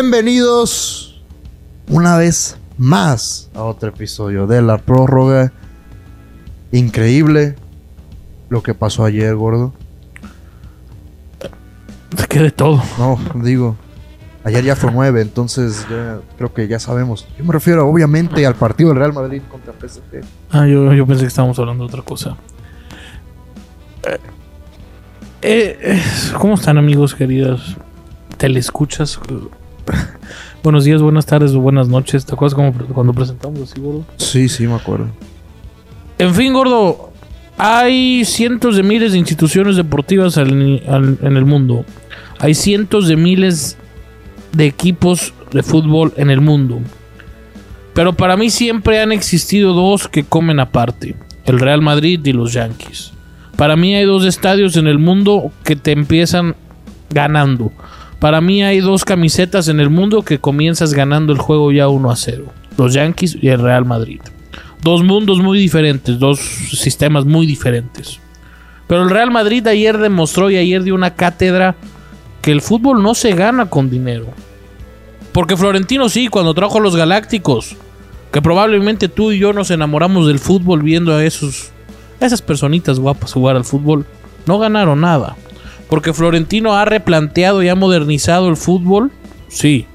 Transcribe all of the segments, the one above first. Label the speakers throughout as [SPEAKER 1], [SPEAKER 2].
[SPEAKER 1] Bienvenidos una vez más a otro episodio de la prórroga. Increíble lo que pasó ayer, gordo.
[SPEAKER 2] Es que de todo.
[SPEAKER 1] No, digo, ayer ya fue 9, entonces ya creo que ya sabemos. Yo me refiero obviamente al partido del Real Madrid contra PSG.
[SPEAKER 2] Ah, yo, yo pensé que estábamos hablando de otra cosa. Eh, eh, ¿Cómo están amigos queridos? ¿Te le escuchas? Buenos días, buenas tardes o buenas noches. ¿Te acuerdas cómo pre- cuando presentamos así, gordo?
[SPEAKER 1] Sí, sí, me acuerdo.
[SPEAKER 2] En fin, gordo, hay cientos de miles de instituciones deportivas al- al- en el mundo. Hay cientos de miles de equipos de fútbol en el mundo. Pero para mí siempre han existido dos que comen aparte, el Real Madrid y los Yankees. Para mí hay dos estadios en el mundo que te empiezan ganando. Para mí hay dos camisetas en el mundo que comienzas ganando el juego ya 1 a 0. Los Yankees y el Real Madrid dos mundos muy diferentes, dos sistemas muy diferentes. Pero el Real Madrid ayer demostró y ayer dio una cátedra que el fútbol no se gana con dinero. Porque Florentino sí, cuando trajo a los Galácticos, que probablemente tú y yo nos enamoramos del fútbol viendo a esos a esas personitas guapas jugar al fútbol, no ganaron nada. Porque Florentino ha replanteado y ha modernizado el fútbol, sí,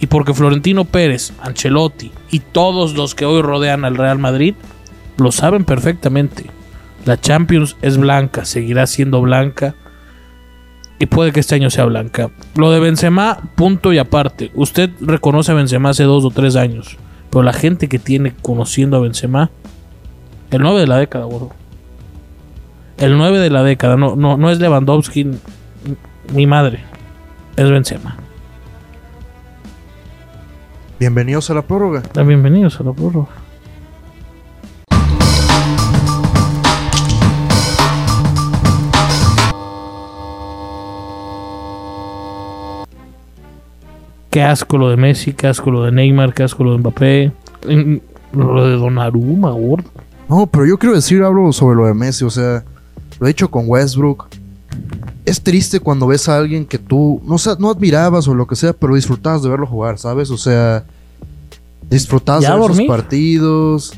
[SPEAKER 2] y porque Florentino Pérez, Ancelotti y todos los que hoy rodean al Real Madrid lo saben perfectamente. La Champions es blanca, seguirá siendo blanca y puede que este año sea blanca. Lo de Benzema, punto y aparte. Usted reconoce a Benzema hace dos o tres años, pero la gente que tiene conociendo a Benzema, el 9 de la década, gordo. El 9 de la década, no, no, no es Lewandowski ni- ni madre, es Benzema.
[SPEAKER 1] Bienvenidos a la prórroga.
[SPEAKER 2] Bienvenidos a la porro. Qué asco lo de Messi, qué asco lo de Neymar, qué asco lo de Mbappé. En- Lo de Donnarumma, gordo.
[SPEAKER 1] No, pero yo quiero decir algo sobre lo de Messi, o sea, lo he hecho con Westbrook. Es triste cuando ves a alguien que tú no, sa- no admirabas o lo que sea, pero disfrutabas de verlo jugar, ¿sabes? O sea, disfrutabas
[SPEAKER 2] Ya
[SPEAKER 1] de ver sus
[SPEAKER 2] dormí.
[SPEAKER 1] partidos,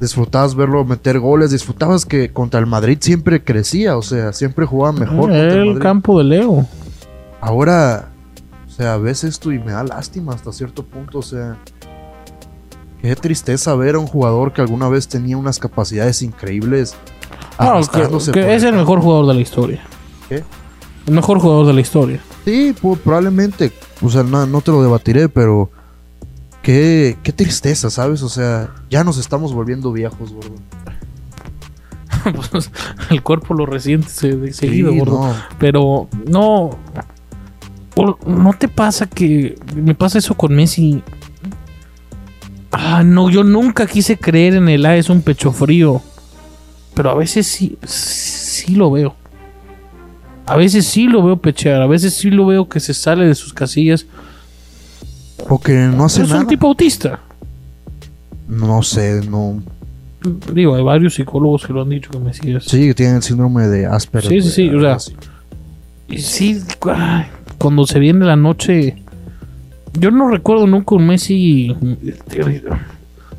[SPEAKER 1] disfrutabas verlo meter goles, disfrutabas que contra el Madrid siempre crecía, o sea, siempre jugaba mejor. contra el
[SPEAKER 2] Eh, el
[SPEAKER 1] Madrid.
[SPEAKER 2] campo de Leo.
[SPEAKER 1] Ahora, o sea, ves esto y me da lástima hasta cierto punto, o sea, qué tristeza ver a un jugador que alguna vez tenía unas capacidades increíbles. Ah,
[SPEAKER 2] No,
[SPEAKER 1] arrastrándose
[SPEAKER 2] que- que
[SPEAKER 1] por
[SPEAKER 2] Ah, es el
[SPEAKER 1] campo.
[SPEAKER 2] mejor jugador de la historia.
[SPEAKER 1] ¿Qué?
[SPEAKER 2] El mejor jugador de la historia.
[SPEAKER 1] Sí, pu- probablemente, o sea, no, no te lo debatiré, pero qué, qué tristeza, ¿sabes? O sea, ya nos estamos volviendo viejos, gordo.
[SPEAKER 2] Pues, el cuerpo lo resiente se- de seguido,
[SPEAKER 1] Sí,
[SPEAKER 2] gordo.
[SPEAKER 1] no.
[SPEAKER 2] Pero no. por- ¿No te pasa que me pasa eso con Messi? Ah, no, yo nunca quise creer en el A es un pecho frío. Pero a veces sí, sí lo veo. A veces sí lo veo pechear, a veces sí lo veo que se sale de sus casillas.
[SPEAKER 1] O que no hace
[SPEAKER 2] es
[SPEAKER 1] nada.
[SPEAKER 2] un tipo autista.
[SPEAKER 1] No sé, no.
[SPEAKER 2] Digo, hay varios psicólogos que lo han dicho que me siguen.
[SPEAKER 1] Sí, que tiene el síndrome de Asperger.
[SPEAKER 2] Sí, sí, sí,
[SPEAKER 1] güey,
[SPEAKER 2] o sea,
[SPEAKER 1] algo así.
[SPEAKER 2] Y sí, ay, cuando se viene la noche. Yo no recuerdo nunca un Messi eh,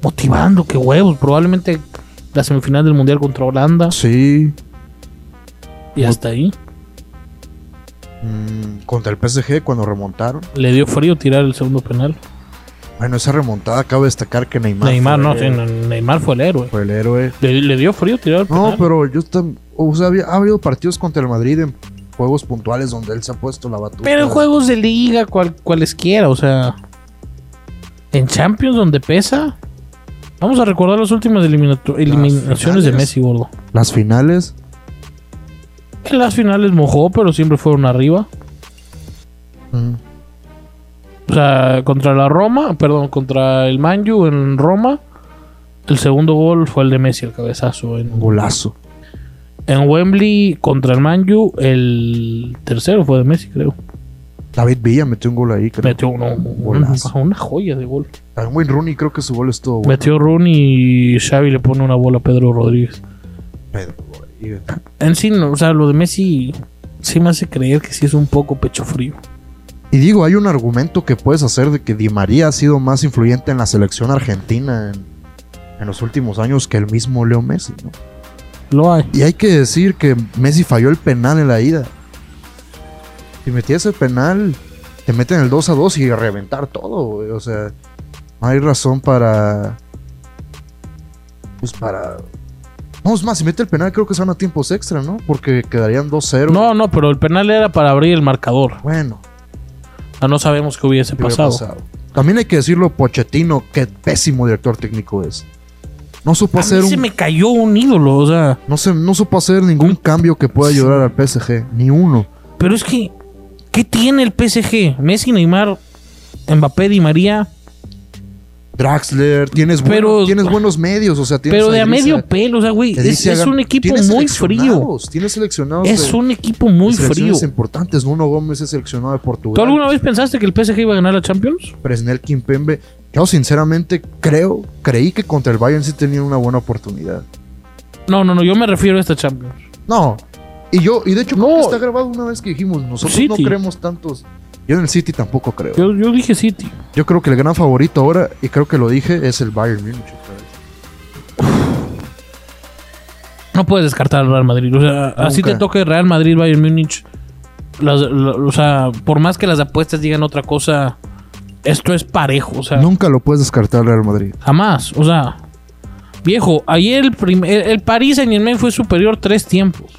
[SPEAKER 2] motivando, que huevos. Probablemente la semifinal del Mundial contra Holanda
[SPEAKER 1] Sí.
[SPEAKER 2] y hasta ahí.
[SPEAKER 1] mm, contra el PSG cuando remontaron.
[SPEAKER 2] Le dio frío tirar el segundo penal.
[SPEAKER 1] Bueno, esa remontada cabe destacar que Neymar.
[SPEAKER 2] Neymar,
[SPEAKER 1] fue
[SPEAKER 2] no,
[SPEAKER 1] el-
[SPEAKER 2] sí, no, Neymar fue el héroe.
[SPEAKER 1] Fue el héroe.
[SPEAKER 2] Le, le dio frío tirar el
[SPEAKER 1] No,
[SPEAKER 2] penal.
[SPEAKER 1] pero yo también. O sea, había, ha habido partidos contra el Madrid en juegos puntuales donde él se ha puesto la batuta.
[SPEAKER 2] Pero en juegos de liga, cual, cualesquiera, o sea. En Champions, donde pesa. Vamos a recordar las últimas eliminato- eliminaciones de
[SPEAKER 1] finales.
[SPEAKER 2] Messi, gordo.
[SPEAKER 1] Las finales.
[SPEAKER 2] En las finales mojó, pero siempre fueron arriba.
[SPEAKER 1] mm,
[SPEAKER 2] O sea, contra la Roma, perdón, contra el Manju en Roma, el segundo gol fue el de Messi, el cabezazo.
[SPEAKER 1] un
[SPEAKER 2] En,
[SPEAKER 1] golazo.
[SPEAKER 2] en Wembley contra el Manju, el tercero fue de Messi, creo.
[SPEAKER 1] David Villa metió un gol ahí, creo.
[SPEAKER 2] Metió uno-
[SPEAKER 1] Un
[SPEAKER 2] una,
[SPEAKER 1] golazo.
[SPEAKER 2] una joya de gol.
[SPEAKER 1] También Wayne Rooney creo que su gol estuvo bueno.
[SPEAKER 2] Metió Rooney y Xavi le pone una bola a Pedro Rodríguez.
[SPEAKER 1] Pedro, güey.
[SPEAKER 2] En sí, no, o sea, lo de Messi sí me hace creer que sí es un poco pecho frío.
[SPEAKER 1] Y digo, hay un argumento que puedes hacer de que Di María ha sido más influyente en la selección argentina en, en los últimos años que el mismo Leo Messi, ¿no?
[SPEAKER 2] Lo hay.
[SPEAKER 1] Y hay que decir que Messi falló el penal en la ida. Si metías el penal, te meten el 2 a 2 y a reventar todo, güey. O sea, no hay razón para. Pues para. No, es más, si mete el penal, creo que se van a tiempos extra, ¿no? Porque quedarían 2-0.
[SPEAKER 2] No, no, pero el penal era para abrir el marcador.
[SPEAKER 1] Bueno,
[SPEAKER 2] O sea, no sabemos qué hubiese
[SPEAKER 1] hubiera
[SPEAKER 2] pasado.
[SPEAKER 1] pasado. También hay que decirlo, Pochettino, qué pésimo director técnico es. No supo
[SPEAKER 2] A
[SPEAKER 1] hacer
[SPEAKER 2] mí se
[SPEAKER 1] un-
[SPEAKER 2] me cayó un ídolo, o sea.
[SPEAKER 1] no, se- no supo hacer ningún cambio que pueda ayudar al PSG, ni uno.
[SPEAKER 2] Pero es que, ¿qué tiene el PSG? Messi, Neymar, Mbappé, Di María.
[SPEAKER 1] Draxler, tienes, bueno-
[SPEAKER 2] Pero-
[SPEAKER 1] tienes buenos medios, o sea, tienes
[SPEAKER 2] Pero
[SPEAKER 1] a
[SPEAKER 2] de a
[SPEAKER 1] Idrissa,
[SPEAKER 2] medio pelo, o sea, güey.
[SPEAKER 1] que
[SPEAKER 2] Es,
[SPEAKER 1] Idrissa
[SPEAKER 2] es
[SPEAKER 1] hagan-
[SPEAKER 2] un equipo
[SPEAKER 1] tienes
[SPEAKER 2] muy frío.
[SPEAKER 1] seleccionados, Tienes seleccionados
[SPEAKER 2] Es
[SPEAKER 1] de-
[SPEAKER 2] un equipo muy
[SPEAKER 1] de
[SPEAKER 2] frío.
[SPEAKER 1] selecciones importantes. Nuno Gómez es seleccionado de Portugal.
[SPEAKER 2] ¿Tú alguna vez pensaste que el PSG iba a ganar la Champions?
[SPEAKER 1] Presnel Kimpembe. Yo sinceramente creo, creí que contra el Bayern sí tenían una buena oportunidad.
[SPEAKER 2] No, no, no, yo me refiero a esta Champions.
[SPEAKER 1] No. Y yo, y de hecho, creo
[SPEAKER 2] No.
[SPEAKER 1] que está grabado una vez que dijimos, nosotros no
[SPEAKER 2] City.
[SPEAKER 1] creemos tantos. Yo en el City tampoco creo. Yo,
[SPEAKER 2] Yo, yo dije City.
[SPEAKER 1] creo que el gran favorito ahora, y creo que lo dije, es el Bayern Múnich. otra vez.
[SPEAKER 2] No puedes descartar al Real Madrid. O sea, así te
[SPEAKER 1] Nunca.
[SPEAKER 2] toque Real Madrid, Bayern Múnich. Las- la- o sea, por más que las apuestas digan otra cosa, esto es parejo. O sea,
[SPEAKER 1] Nunca lo puedes descartar Real Madrid.
[SPEAKER 2] jamás. O sea, viejo, ayer el, prim- el, el París Saint Germain fue superior tres tiempos.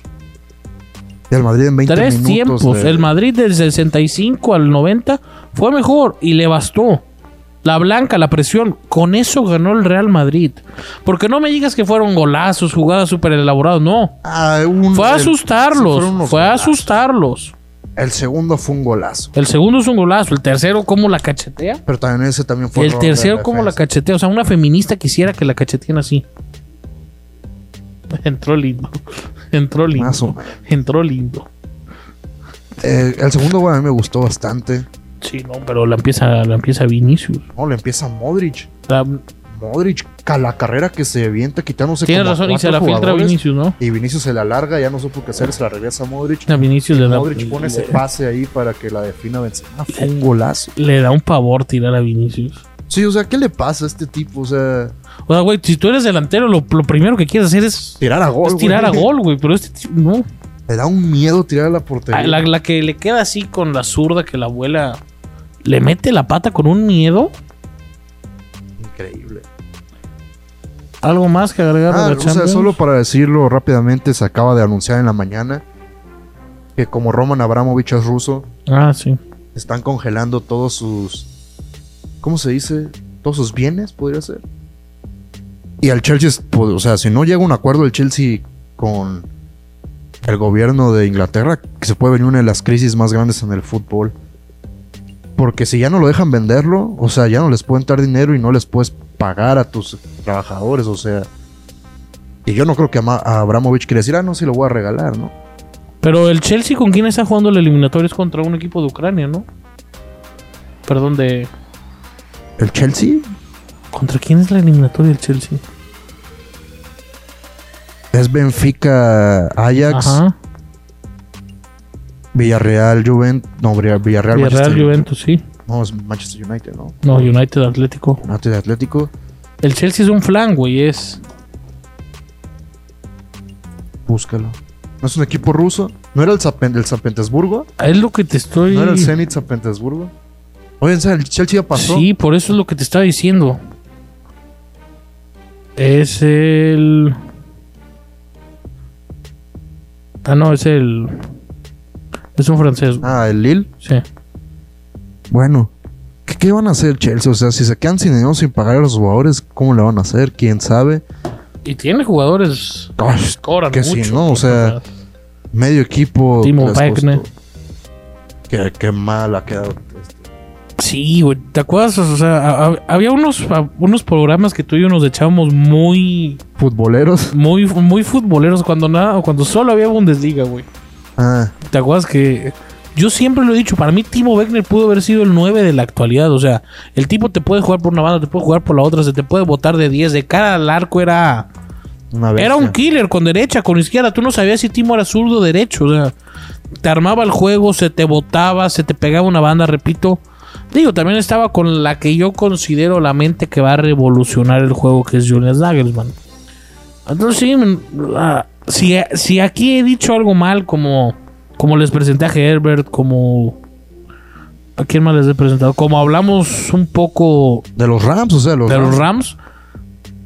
[SPEAKER 1] Y el Madrid en 20
[SPEAKER 2] Tres
[SPEAKER 1] minutos.
[SPEAKER 2] tiempos.
[SPEAKER 1] de-
[SPEAKER 2] El Madrid del 65 al 90 fue mejor y le bastó. La blanca, la presión. Con eso ganó el Real Madrid. Porque no me digas que fueron golazos, jugadas súper elaboradas. No.
[SPEAKER 1] Ah, un-
[SPEAKER 2] Fue a
[SPEAKER 1] el- sí,
[SPEAKER 2] asustarlos.
[SPEAKER 1] fueron unos
[SPEAKER 2] fue a
[SPEAKER 1] golazos.
[SPEAKER 2] asustarlos.
[SPEAKER 1] El segundo fue un golazo.
[SPEAKER 2] El segundo es un golazo. El tercero, ¿cómo la cachetea?
[SPEAKER 1] Pero también ese también fue
[SPEAKER 2] El
[SPEAKER 1] error de
[SPEAKER 2] tercero, ¿cómo la
[SPEAKER 1] defensa.
[SPEAKER 2] cachetea? O sea, una feminista quisiera que la cacheteen así. Entró lindo. Entró lindo.
[SPEAKER 1] Más o menos.
[SPEAKER 2] Entró lindo.
[SPEAKER 1] Eh, el segundo gol a mí me gustó bastante.
[SPEAKER 2] Sí, no, pero la empieza, la empieza Vinicius.
[SPEAKER 1] No, le empieza Modric.
[SPEAKER 2] La-
[SPEAKER 1] Modric, ca- la carrera que se avienta quitándose
[SPEAKER 2] Tienes
[SPEAKER 1] como a
[SPEAKER 2] razón y se
[SPEAKER 1] cuatro
[SPEAKER 2] la filtra
[SPEAKER 1] jugadores.
[SPEAKER 2] Vinicius, ¿no?
[SPEAKER 1] Y Vinicius se la larga, ya no supo qué hacer, se la regresa a Modric.
[SPEAKER 2] A Vinicius le da,
[SPEAKER 1] Modric pone ese
[SPEAKER 2] le,
[SPEAKER 1] pase ahí para que la defina Benzema. Fue un golazo.
[SPEAKER 2] le da un pavor tirar a Vinicius.
[SPEAKER 1] Sí, o sea, ¿qué le pasa a este tipo? O sea,
[SPEAKER 2] O sea, güey, si tú eres delantero, lo, lo primero que quieres hacer es,
[SPEAKER 1] tirar a gol.
[SPEAKER 2] es
[SPEAKER 1] güey.
[SPEAKER 2] tirar a gol, güey. Pero este tipo, no.
[SPEAKER 1] Le da un miedo tirar a la portería.
[SPEAKER 2] Ah, La, la que le queda así con la zurda que la abuela le mete la pata con un miedo.
[SPEAKER 1] Increíble.
[SPEAKER 2] Algo más que agregar a
[SPEAKER 1] Ah,
[SPEAKER 2] la
[SPEAKER 1] o sea,
[SPEAKER 2] Champions?
[SPEAKER 1] solo para decirlo rápidamente, se acaba de anunciar en la mañana que como Roman Abramovich es ruso,
[SPEAKER 2] Ah, sí.
[SPEAKER 1] están congelando todos sus. ¿Cómo se dice? Todos sus bienes, podría ser. Y al Chelsea, es- po- o sea, si no llega un acuerdo el Chelsea con el gobierno de Inglaterra, que se puede venir una de las crisis más grandes en el fútbol. Porque si ya no lo dejan venderlo, o sea, ya no les pueden dar dinero y no les puedes pagar a tus trabajadores, o sea. Y yo no creo que a, Ma- a Abramovich quiera decir, ah, no, sí lo voy a regalar, ¿no?
[SPEAKER 2] Pero el Chelsea, ¿con quién está jugando el eliminatorio? Es contra un equipo de Ucrania, ¿no? Perdón, de...
[SPEAKER 1] ¿El Chelsea?
[SPEAKER 2] ¿Contra quién es la eliminatoria del Chelsea?
[SPEAKER 1] Es Benfica, Ajax.
[SPEAKER 2] Ajá.
[SPEAKER 1] Villarreal, Juventus. No, Villarreal, Villarreal,
[SPEAKER 2] Villarreal,
[SPEAKER 1] Manchester United.
[SPEAKER 2] Juventus, sí.
[SPEAKER 1] No, es Manchester United, ¿no?
[SPEAKER 2] No, United Atlético.
[SPEAKER 1] United Atlético.
[SPEAKER 2] El Chelsea es un flan, güey. Es.
[SPEAKER 1] Búscalo. ¿No es un equipo ruso? ¿No era el, Zapen del San Petersburgo?
[SPEAKER 2] Es lo que te estoy.
[SPEAKER 1] ¿No era el Zenit San Petersburgo? Oye, o sea, el Chelsea ya pasó.
[SPEAKER 2] Sí, por eso es lo que te estaba diciendo. Es el. Ah, no, es el. Es un francés. güey.
[SPEAKER 1] Ah, el Lille.
[SPEAKER 2] Sí.
[SPEAKER 1] Bueno. ¿Qué, qué van a hacer Chelsea? O sea, si se quedan sin dinero, sin pagar a los jugadores, ¿cómo le van a hacer? ¿Quién sabe?
[SPEAKER 2] Y tiene jugadores.
[SPEAKER 1] Ay,
[SPEAKER 2] Cobran
[SPEAKER 1] que
[SPEAKER 2] mucho.
[SPEAKER 1] sí, ¿no? O sea, medio equipo.
[SPEAKER 2] Timo
[SPEAKER 1] les costó.
[SPEAKER 2] Werner.
[SPEAKER 1] Qué, qué mal ha quedado. este.
[SPEAKER 2] Sí, güey. ¿Te acuerdas? O sea, a- a- había unos, a- unos programas que tú y yo nos echábamos muy.
[SPEAKER 1] Futboleros.
[SPEAKER 2] Muy, muy futboleros cuando nada, cuando solo había Bundesliga, güey.
[SPEAKER 1] Ah,
[SPEAKER 2] ¿Te acuerdas que yo siempre lo he dicho, para mí Timo Wegner pudo haber sido el 9 de la actualidad, o sea, el tipo te puede jugar por una banda, te puede jugar por la otra, se te puede botar de 10, de cara al arco era
[SPEAKER 1] una vez.
[SPEAKER 2] era un killer con derecha, con izquierda, tú no sabías si Timo era zurdo o derecho, o sea, te armaba el juego, se te botaba, se te pegaba una banda, repito. Digo, también estaba con la que yo considero la mente que va a revolucionar el juego, que es Julian Nagelsmann. Entonces, sí, ah, si, si aquí he dicho algo mal, como, como les presenté a Herbert, como. ¿A quién más les he presentado? Como hablamos un poco
[SPEAKER 1] De los Rams, o sea, los
[SPEAKER 2] de los
[SPEAKER 1] Rams.
[SPEAKER 2] Rams,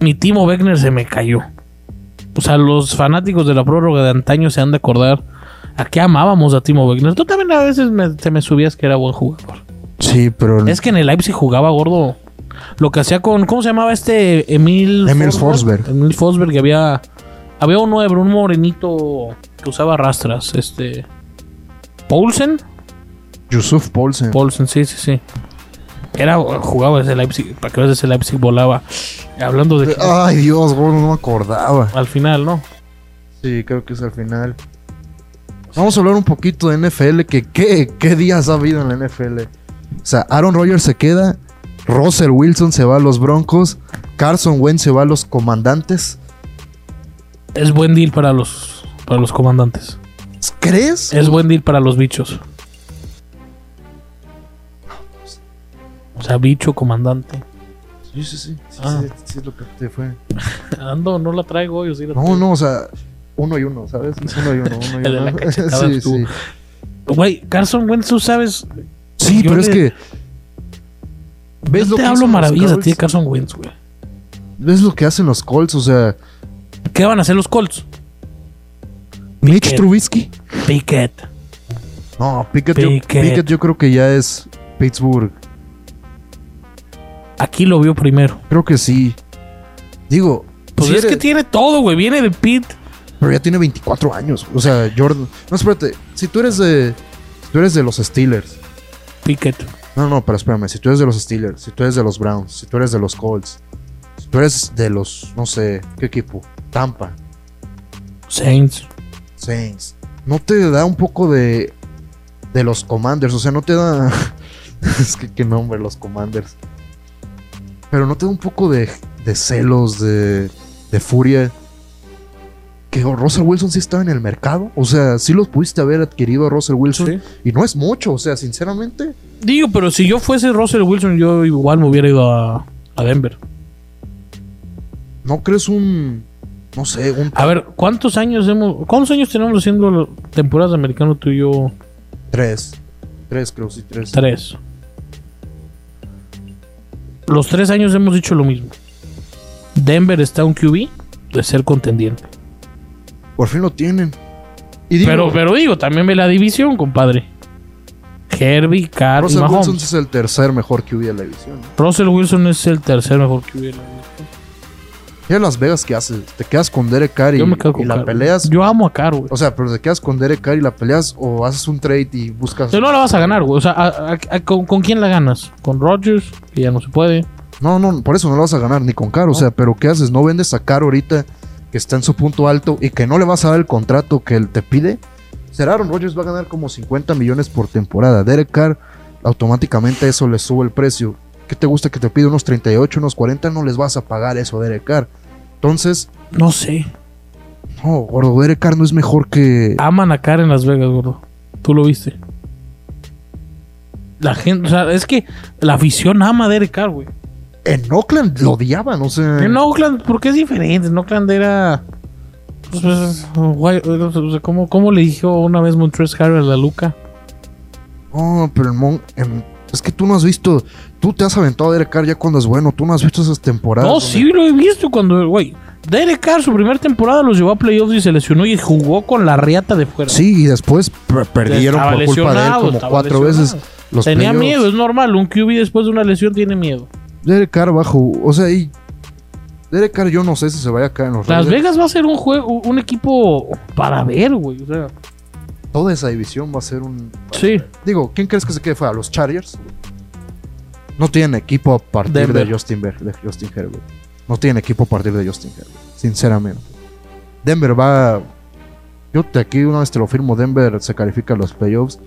[SPEAKER 2] mi Timo Beckner se me cayó. O sea, los fanáticos de la prórroga de antaño se han de acordar a qué amábamos a Timo Beckner. Tú también a veces me- te me subías que era buen jugador.
[SPEAKER 1] Sí, pero.
[SPEAKER 2] Es que en el Leipzig jugaba gordo. Lo que hacía con. ¿Cómo se llamaba este? Emil.
[SPEAKER 1] Emil Forsberg.
[SPEAKER 2] Emil Forsberg, que había. Había un nuevo, un morenito que usaba rastras. Este. Poulsen.
[SPEAKER 1] Yusuf Paulsen.
[SPEAKER 2] Paulsen, sí, sí, sí. Era, jugaba desde Leipzig, para que veas ese Leipzig volaba. Hablando de
[SPEAKER 1] Ay, Dios, gordo, no me acordaba.
[SPEAKER 2] al final, ¿no?
[SPEAKER 1] Sí, creo que es al final. Vamos a hablar un poquito de NFL, que qué, qué días ha habido en la NFL. O sea, Aaron Rodgers se queda, Russell Wilson se va a los Broncos, Carson Wentz se va a los Comandantes.
[SPEAKER 2] Es buen deal para los para los comandantes.
[SPEAKER 1] ¿Crees?
[SPEAKER 2] Es buen deal para los bichos. O sea, bicho, comandante.
[SPEAKER 1] Sí, sí, sí. Sí,
[SPEAKER 2] Ah.
[SPEAKER 1] sí, sí, es lo que te fue.
[SPEAKER 2] Ando, no la traigo hoy, o sí la
[SPEAKER 1] No,
[SPEAKER 2] traigo.
[SPEAKER 1] no, o sea, uno y uno, ¿sabes? Uno y uno, uno y
[SPEAKER 2] El de la
[SPEAKER 1] uno.
[SPEAKER 2] cachetada
[SPEAKER 1] sí,
[SPEAKER 2] estuvo.
[SPEAKER 1] sí.
[SPEAKER 2] Güey, Carson Wentz, tú sabes.
[SPEAKER 1] Sí,
[SPEAKER 2] Yo
[SPEAKER 1] pero es
[SPEAKER 2] le-
[SPEAKER 1] que. ¿Ves
[SPEAKER 2] Yo
[SPEAKER 1] lo
[SPEAKER 2] te
[SPEAKER 1] que
[SPEAKER 2] hablo
[SPEAKER 1] hacen los
[SPEAKER 2] maravillas a ti
[SPEAKER 1] Cowboys?
[SPEAKER 2] de Carson Wentz, güey.
[SPEAKER 1] ¿Ves lo que hacen los Colts? O sea,
[SPEAKER 2] ¿Qué van a hacer los Colts?
[SPEAKER 1] Mitch
[SPEAKER 2] Pickett.
[SPEAKER 1] Trubisky.
[SPEAKER 2] Pickett.
[SPEAKER 1] No, Pickett, yo-
[SPEAKER 2] Pickett.
[SPEAKER 1] Pickett yo creo que ya es Pittsburgh.
[SPEAKER 2] Aquí lo vio primero.
[SPEAKER 1] Creo que sí. Digo,
[SPEAKER 2] Pues
[SPEAKER 1] si
[SPEAKER 2] es
[SPEAKER 1] eres-
[SPEAKER 2] que tiene todo, güey. Viene de Pitt.
[SPEAKER 1] pero ya tiene 24 años. O sea, Jordan. No, espérate. Si tú eres de. Si tú eres de los Steelers.
[SPEAKER 2] Pickett.
[SPEAKER 1] No, no, pero espérame. Si tú eres de los Steelers, si tú eres de los Browns, si tú eres de los Colts, si tú eres de los. No sé, ¿qué equipo? Tampa,
[SPEAKER 2] Saints.
[SPEAKER 1] Saints. No te da un poco de. De los Commanders. O sea, no te da. es que qué nombre, los Commanders. Pero no te da un poco de, de celos, de, de furia. Que Russell Wilson sí estaba en el mercado. O sea, sí los pudiste haber adquirido a Russell Wilson.
[SPEAKER 2] Sí.
[SPEAKER 1] Y no es mucho. O sea, sinceramente.
[SPEAKER 2] Digo, pero si yo fuese Russell Wilson, yo igual me hubiera ido a, a Denver.
[SPEAKER 1] ¿No crees un. No sé, un.
[SPEAKER 2] A ver, ¿cuántos años hemos, cuántos años tenemos haciendo lo- temporadas de americano tú y yo?
[SPEAKER 1] Tres. Tres, creo, sí, tres.
[SPEAKER 2] Tres. Los tres años hemos dicho lo mismo. Denver está un QB de ser contendiente.
[SPEAKER 1] Por fin lo tienen. Y digo,
[SPEAKER 2] pero, pero digo, también ve la división, compadre. Herbie, Carr y
[SPEAKER 1] Russell
[SPEAKER 2] Mahomes.
[SPEAKER 1] Wilson es el tercer mejor QB de la división. ¿no?
[SPEAKER 2] Russell Wilson es el tercer mejor QB. de la liga.
[SPEAKER 1] Ya en Las Vegas, ¿qué haces? ¿Te quedas con Derek Carr y,
[SPEAKER 2] Yo me quedo con
[SPEAKER 1] y la
[SPEAKER 2] Carr.
[SPEAKER 1] peleas?
[SPEAKER 2] Yo amo a Carr, güey.
[SPEAKER 1] O sea, pero te quedas con Derek Carr y la peleas o haces un trade y buscas.
[SPEAKER 2] Pero no la vas a ganar, güey. O sea, a- a- a- ¿con, con quién la ganas? ¿Con Rodgers? Que ya no se puede.
[SPEAKER 1] No, no, por eso no lo vas a ganar ni con Carr. O sea, pero ¿qué haces? ¿No vendes a Carr ahorita que está en su punto alto y que no le vas a dar el contrato que él te pide? Ser Aaron Rodgers va a ganar como 50 millones por temporada. Derek Carr, automáticamente eso le sube el precio. ¿Qué te gusta que te pide unos 38, unos 40? No les vas a pagar eso a Derek Carr. Entonces,
[SPEAKER 2] No sé.
[SPEAKER 1] no, gordo, Derek Carr no es mejor que.
[SPEAKER 2] Aman a Carr en Las Vegas, gordo. Tú lo viste. La gente, o sea, es que la afición ama a Derek Carr, güey.
[SPEAKER 1] En Oakland lo odiaban, o sea.
[SPEAKER 2] En Oakland, porque es diferente. En Oakland era. pues, pues, guay, o sea, ¿cómo, cómo le dijo una vez Montrezl Harrell a la Luca?
[SPEAKER 1] No, pero el Mon. en- Es que tú no has visto. Tú te has aventado a Derek Carr ya cuando es bueno. Tú no has visto esas temporadas.
[SPEAKER 2] No,
[SPEAKER 1] donde-
[SPEAKER 2] sí lo he visto cuando, güey. Derek Carr, su primera temporada, los llevó a playoffs y se lesionó y jugó con la riata de fuera.
[SPEAKER 1] Sí, y después per- perdieron
[SPEAKER 2] Estaba
[SPEAKER 1] por culpa de él
[SPEAKER 2] lesionado,
[SPEAKER 1] como
[SPEAKER 2] estaba
[SPEAKER 1] cuatro
[SPEAKER 2] lesionado.
[SPEAKER 1] veces. Los
[SPEAKER 2] Tenía
[SPEAKER 1] playoffs.
[SPEAKER 2] miedo, es normal. Un QB después de una lesión tiene miedo.
[SPEAKER 1] Derek Carr bajo. O sea, y. Derek Carr, yo no sé si se vaya a caer en los
[SPEAKER 2] Las
[SPEAKER 1] Raiders.
[SPEAKER 2] Vegas va a ser un juego, un equipo para ver, güey. O sea,
[SPEAKER 1] Toda esa división va a ser un.
[SPEAKER 2] sí.
[SPEAKER 1] Digo, ¿quién crees que se quede fuera? ¿Los Chargers? No tienen equipo a partir
[SPEAKER 2] Denver.
[SPEAKER 1] de Justin, Ber- de Justin Herbert. No tienen equipo a partir de Justin Herbert, sinceramente. Denver va. Yo te aquí una vez te lo firmo, Denver se califica a los playoffs.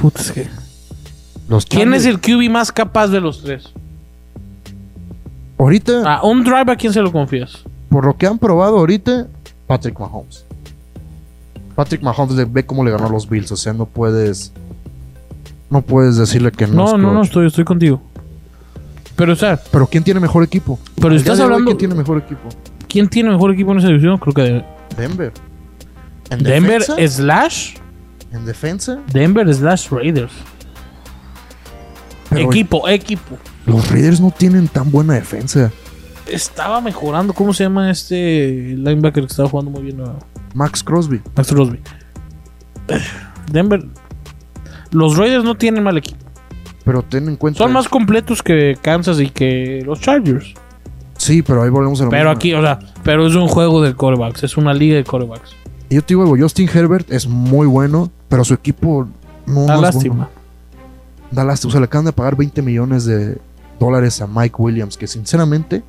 [SPEAKER 2] Puta, es que-
[SPEAKER 1] Los
[SPEAKER 2] ¿Quién
[SPEAKER 1] Chargers-
[SPEAKER 2] es el QB más capaz de los tres?
[SPEAKER 1] Ahorita,
[SPEAKER 2] A un drive, ¿a quién se lo confías?
[SPEAKER 1] por lo que han probado ahorita, Patrick Mahomes. Patrick Mahomes le- ve cómo le ganó a los Bills. O sea, no puedes. No puedes decirle que no. es
[SPEAKER 2] No, no, no,
[SPEAKER 1] clutch.
[SPEAKER 2] estoy, estoy contigo. Pero, o sea,
[SPEAKER 1] Pero ¿quién tiene mejor equipo?
[SPEAKER 2] Pero
[SPEAKER 1] Al día
[SPEAKER 2] estás
[SPEAKER 1] de hoy,
[SPEAKER 2] hablando-
[SPEAKER 1] ¿Quién tiene mejor equipo?
[SPEAKER 2] ¿quién tiene mejor equipo en esa división? Creo que
[SPEAKER 1] Denver. ¿En
[SPEAKER 2] Denver
[SPEAKER 1] defensa?
[SPEAKER 2] slash
[SPEAKER 1] ¿En defensa?
[SPEAKER 2] Denver slash Raiders.
[SPEAKER 1] Pero
[SPEAKER 2] equipo, equipo.
[SPEAKER 1] Los Raiders no tienen tan buena defensa.
[SPEAKER 2] Estaba mejorando. ¿Cómo se llama este linebacker que estaba jugando muy bien? a
[SPEAKER 1] Max Crosby.
[SPEAKER 2] Max Crosby. Denver. Los Raiders no tienen mal equipo.
[SPEAKER 1] Pero ten en cuenta.
[SPEAKER 2] Son más completos que Kansas y que los Chargers.
[SPEAKER 1] Sí, pero ahí volvemos a lo
[SPEAKER 2] Pero
[SPEAKER 1] mismo.
[SPEAKER 2] aquí, o sea, pero es un juego de corebacks. Es una liga de corebacks.
[SPEAKER 1] Yo te digo algo, Justin Herbert es muy bueno, pero su equipo no
[SPEAKER 2] Da
[SPEAKER 1] es
[SPEAKER 2] Ah, lástima.
[SPEAKER 1] bueno. Da lástima. O sea, le acaban de pagar 20 millones de dólares a Mike Williams, que sinceramente,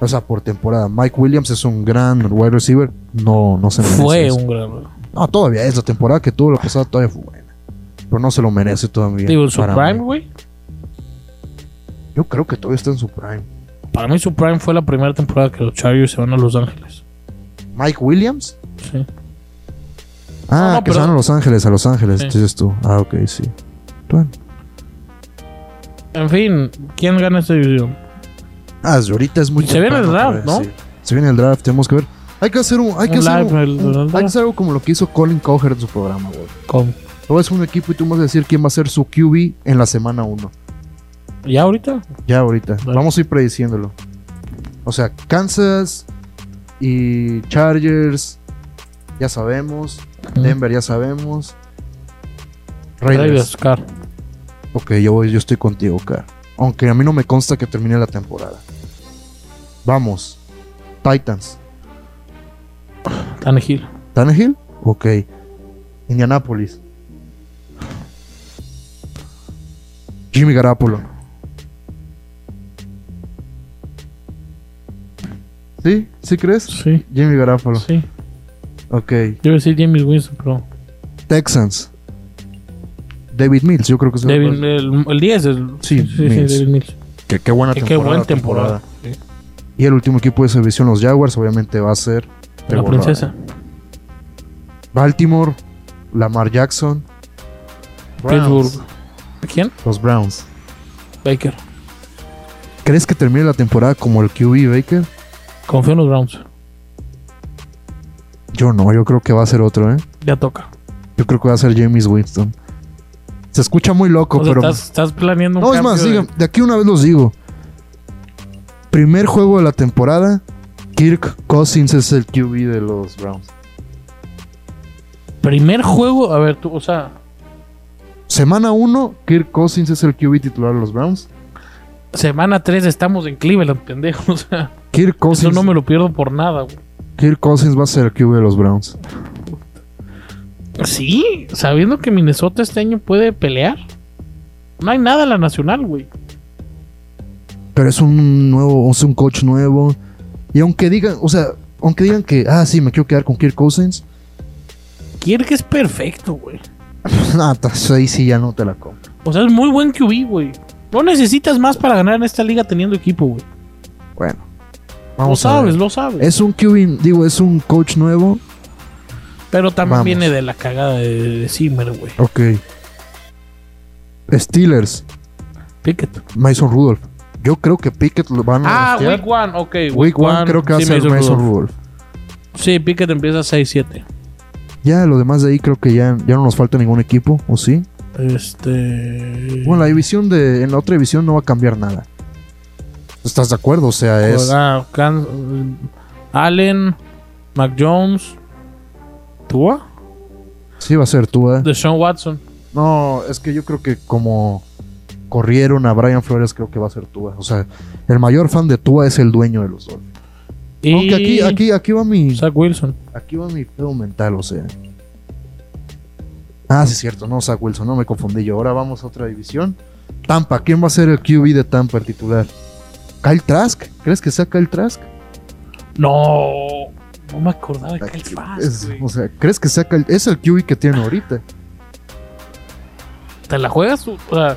[SPEAKER 1] o sea, por temporada, Mike Williams es un gran wide receiver. No, no se merece.
[SPEAKER 2] Fue
[SPEAKER 1] eso.
[SPEAKER 2] un gran.
[SPEAKER 1] No, todavía es la temporada que tuvo la pasada, todavía fue buena. Pero no se lo merece todavía.
[SPEAKER 2] Digo, en su
[SPEAKER 1] para
[SPEAKER 2] prime,
[SPEAKER 1] mí.
[SPEAKER 2] güey.
[SPEAKER 1] Yo creo que todavía está en su prime.
[SPEAKER 2] Para mí, su prime fue la primera temporada que los Chargers se van a Los Ángeles.
[SPEAKER 1] Mike Williams.
[SPEAKER 2] Sí.
[SPEAKER 1] Ah,
[SPEAKER 2] No, no,
[SPEAKER 1] que
[SPEAKER 2] pero-
[SPEAKER 1] se van a Los Ángeles, a Los Ángeles,
[SPEAKER 2] Sí.
[SPEAKER 1] dices tú. Ah, ok, sí. Bueno.
[SPEAKER 2] En fin, ¿quién gana esta división?
[SPEAKER 1] Ah, desde ahorita es muy
[SPEAKER 2] Se viene el
[SPEAKER 1] temprano
[SPEAKER 2] draft,
[SPEAKER 1] todavía,
[SPEAKER 2] ¿no?
[SPEAKER 1] sí. Se viene el draft, tenemos que ver. Hay que hacer un. Hay que
[SPEAKER 2] Un
[SPEAKER 1] hacer
[SPEAKER 2] live,
[SPEAKER 1] un-
[SPEAKER 2] el-
[SPEAKER 1] un-
[SPEAKER 2] el
[SPEAKER 1] hay que
[SPEAKER 2] draft.
[SPEAKER 1] hacer algo como lo que hizo Colin Cowherd en su programa, güey.
[SPEAKER 2] ¿Cómo?
[SPEAKER 1] Todo es un equipo y tú vas a decir quién va a ser su QB en la semana 1.
[SPEAKER 2] ¿Ya ahorita?
[SPEAKER 1] Ya ahorita.
[SPEAKER 2] Vale.
[SPEAKER 1] Vamos a ir prediciéndolo. O sea, Kansas y Chargers. Ya sabemos. Denver, ya sabemos. Raiders.
[SPEAKER 2] Mm, Raiders, Car.
[SPEAKER 1] Ok, yo, voy- yo estoy contigo, Car. Aunque a mí no me consta que termine la temporada. Vamos. Titans.
[SPEAKER 2] Tanegil.
[SPEAKER 1] ¿Tannehill? Ok. Indianapolis. Jimmy Garapolo. ¿Sí? ¿Sí crees?
[SPEAKER 2] Sí,
[SPEAKER 1] Jimmy Garapolo.
[SPEAKER 2] sí.
[SPEAKER 1] Ok.
[SPEAKER 2] Yo iba a decir James Winston, pero.
[SPEAKER 1] Texans. David Mills, yo creo que es el-
[SPEAKER 2] Devin- el, el 10 es.
[SPEAKER 1] Sí, Mills.
[SPEAKER 2] David Mills.
[SPEAKER 1] Que- qué buena
[SPEAKER 2] Qué-
[SPEAKER 1] temporada.
[SPEAKER 2] Qué buena temporada. Sí.
[SPEAKER 1] Y el último equipo de esa división, los Jaguars, obviamente va a ser. de
[SPEAKER 2] La
[SPEAKER 1] borrar.
[SPEAKER 2] princesa.
[SPEAKER 1] Baltimore, Lamar Jackson.
[SPEAKER 2] Pittsburgh. ¿Quién?
[SPEAKER 1] Los Browns.
[SPEAKER 2] Baker.
[SPEAKER 1] ¿Crees que termine la temporada como el QB Baker?
[SPEAKER 2] Confío en los Browns.
[SPEAKER 1] Yo no, yo creo que va a ser otro, ¿eh?
[SPEAKER 2] Ya toca.
[SPEAKER 1] Yo creo que va a ser James Winston. Se escucha muy loco,
[SPEAKER 2] O sea,
[SPEAKER 1] pero.
[SPEAKER 2] estás, estás planeando un
[SPEAKER 1] No, es
[SPEAKER 2] cambio
[SPEAKER 1] más,
[SPEAKER 2] de-
[SPEAKER 1] digan, de aquí una vez los digo. Primer juego de la temporada, Kirk Cousins es el QB de los Browns.
[SPEAKER 2] Primer juego. A ver, tú, o sea.
[SPEAKER 1] Semana 1, Kirk Cousins es el QB titular de los Browns.
[SPEAKER 2] Semana 3 estamos en Cleveland, pendejo. O sea,
[SPEAKER 1] Kirk
[SPEAKER 2] eso
[SPEAKER 1] Cousins,
[SPEAKER 2] no me lo pierdo por nada, güey.
[SPEAKER 1] Kirk Cousins va a ser el QB de los Browns.
[SPEAKER 2] Sí, sabiendo que Minnesota este año puede pelear. No hay nada en la nacional, güey.
[SPEAKER 1] pero es un nuevo, es un coach nuevo. Y aunque digan, o sea, aunque digan que, ah, sí, me quiero quedar con Kirk Cousins,
[SPEAKER 2] Kirk es perfecto, güey.
[SPEAKER 1] nada, ahí sí ya no te la compro.
[SPEAKER 2] O sea, es muy buen QB, güey. No necesitas más para ganar en esta liga teniendo equipo, güey.
[SPEAKER 1] Bueno,
[SPEAKER 2] Lo
[SPEAKER 1] vamos a
[SPEAKER 2] sabes,
[SPEAKER 1] ver.
[SPEAKER 2] lo sabes.
[SPEAKER 1] Es un QB, digo, es un coach nuevo.
[SPEAKER 2] Pero también
[SPEAKER 1] Vamos.
[SPEAKER 2] viene de la cagada de, de Zimmer, güey.
[SPEAKER 1] Ok. Steelers,
[SPEAKER 2] Pickett.
[SPEAKER 1] Mason Rudolph. Yo creo que Pickett lo van a
[SPEAKER 2] Ah,
[SPEAKER 1] draftear.
[SPEAKER 2] Week One, ok. Week,
[SPEAKER 1] Week one creo que va a
[SPEAKER 2] sí,
[SPEAKER 1] ser
[SPEAKER 2] Mason
[SPEAKER 1] Mason
[SPEAKER 2] Rudolph.
[SPEAKER 1] Rudolph.
[SPEAKER 2] Sí, Pickett empieza 6-7.
[SPEAKER 1] Ya, lo demás de ahí creo que ya, ya no nos falta ningún equipo, ¿o sí?
[SPEAKER 2] Este.
[SPEAKER 1] Bueno, la división de. En la otra división no va a cambiar nada. ¿Estás de acuerdo? O sea, es.
[SPEAKER 2] Juega Can- Allen, Mac Jones, Tua,
[SPEAKER 1] Sí, va a ser tú, ¿eh?
[SPEAKER 2] Deshaun Watson.
[SPEAKER 1] No, es que yo creo que como corrieron a Brian Flores, creo que va a ser Tua. O sea, el mayor fan de Tua es el dueño de los Dolphins.
[SPEAKER 2] Y
[SPEAKER 1] Aunque aquí, aquí, aquí va mi.
[SPEAKER 2] Zach Wilson.
[SPEAKER 1] Aquí va mi pedo mental, o sea. Ah, sí es cierto, no, Zach Wilson, no me confundí yo. Ahora vamos a otra división. Tampa, ¿quién va a ser el QB de Tampa el titular? ¿Kyle Trask? ¿Crees que sea Kyle Trask?
[SPEAKER 2] No, no me acordaba de Kyle Trask,
[SPEAKER 1] Es-
[SPEAKER 2] güey.
[SPEAKER 1] o sea, ¿crees que sea Kyle? Es el QB que tiene ahorita.
[SPEAKER 2] Te la juegas, tú? o sea,